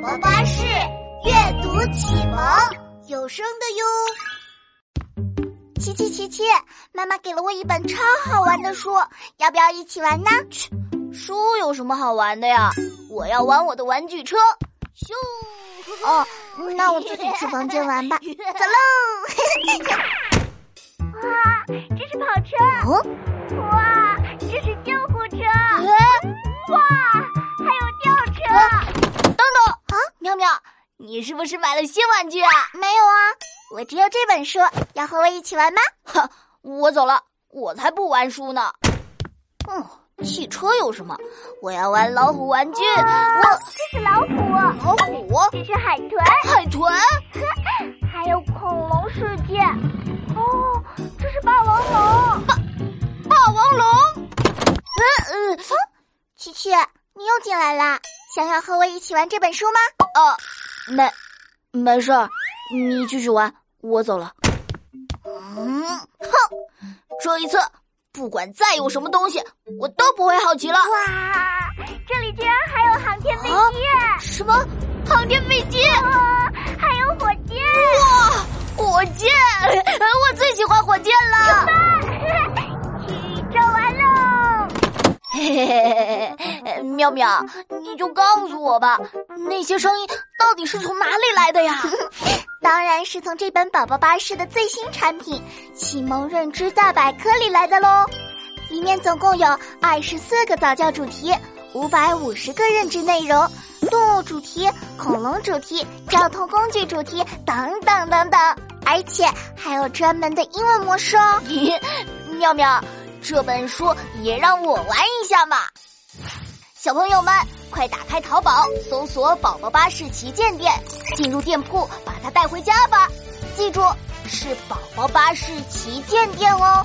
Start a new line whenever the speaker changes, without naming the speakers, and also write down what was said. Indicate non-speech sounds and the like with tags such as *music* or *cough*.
蒙巴士阅读启蒙有声的哟。琪琪琪琪，妈妈给了我一本超好玩的书，要不要一起玩呢？
去，书有什么好玩的呀？我要玩我的玩具车。咻！
哦，那我自己去房间玩吧。走喽！
哇，这是跑车！
*laughs* 哦，
哇，这是救护车！哇，还有吊车！
等等啊，妙妙，你是不是买了新玩具啊？
没有啊，我只有这本书，要和我一起玩吗？
哼，我走了，我才不玩书呢。嗯，汽车有什么？我要玩老虎玩具。我
这是老虎，哦
老虎，
这是哦海豚，
哎海豚，
还有恐龙世界。哦，这是霸王龙，
霸王龙。嗯嗯，
呃啊琪琪，你又进来啦？想要和我一起玩这本书吗？
哦，没，没事儿，你继续玩，我走了。嗯，哼，这一次不管再有什么东西，我都不会好奇了。
哇，这里居然还有航天飞机！
啊、什么？航天飞机？
哇，还有火箭！
哇，火箭！
呃
我最喜欢火箭了。
宇宙完喽！
嘿嘿嘿，妙妙，你就告诉我吧，那些声音到底是从哪里来的呀？
当然是从这本宝宝巴士的最新产品《启蒙认知大百科》里来的喽。里面总共有二十四个早教主题，五百五十个认知内容，动物主题、恐龙主题、交通工具主题等等等等，而且还有专门的英文模式哦。 *laughs*
妙妙。这本书也让我玩一下嘛！小朋友们，快打开淘宝，搜索“宝宝巴士旗舰店”，进入店铺把它带回家吧。记住，是宝宝巴士旗舰店哦。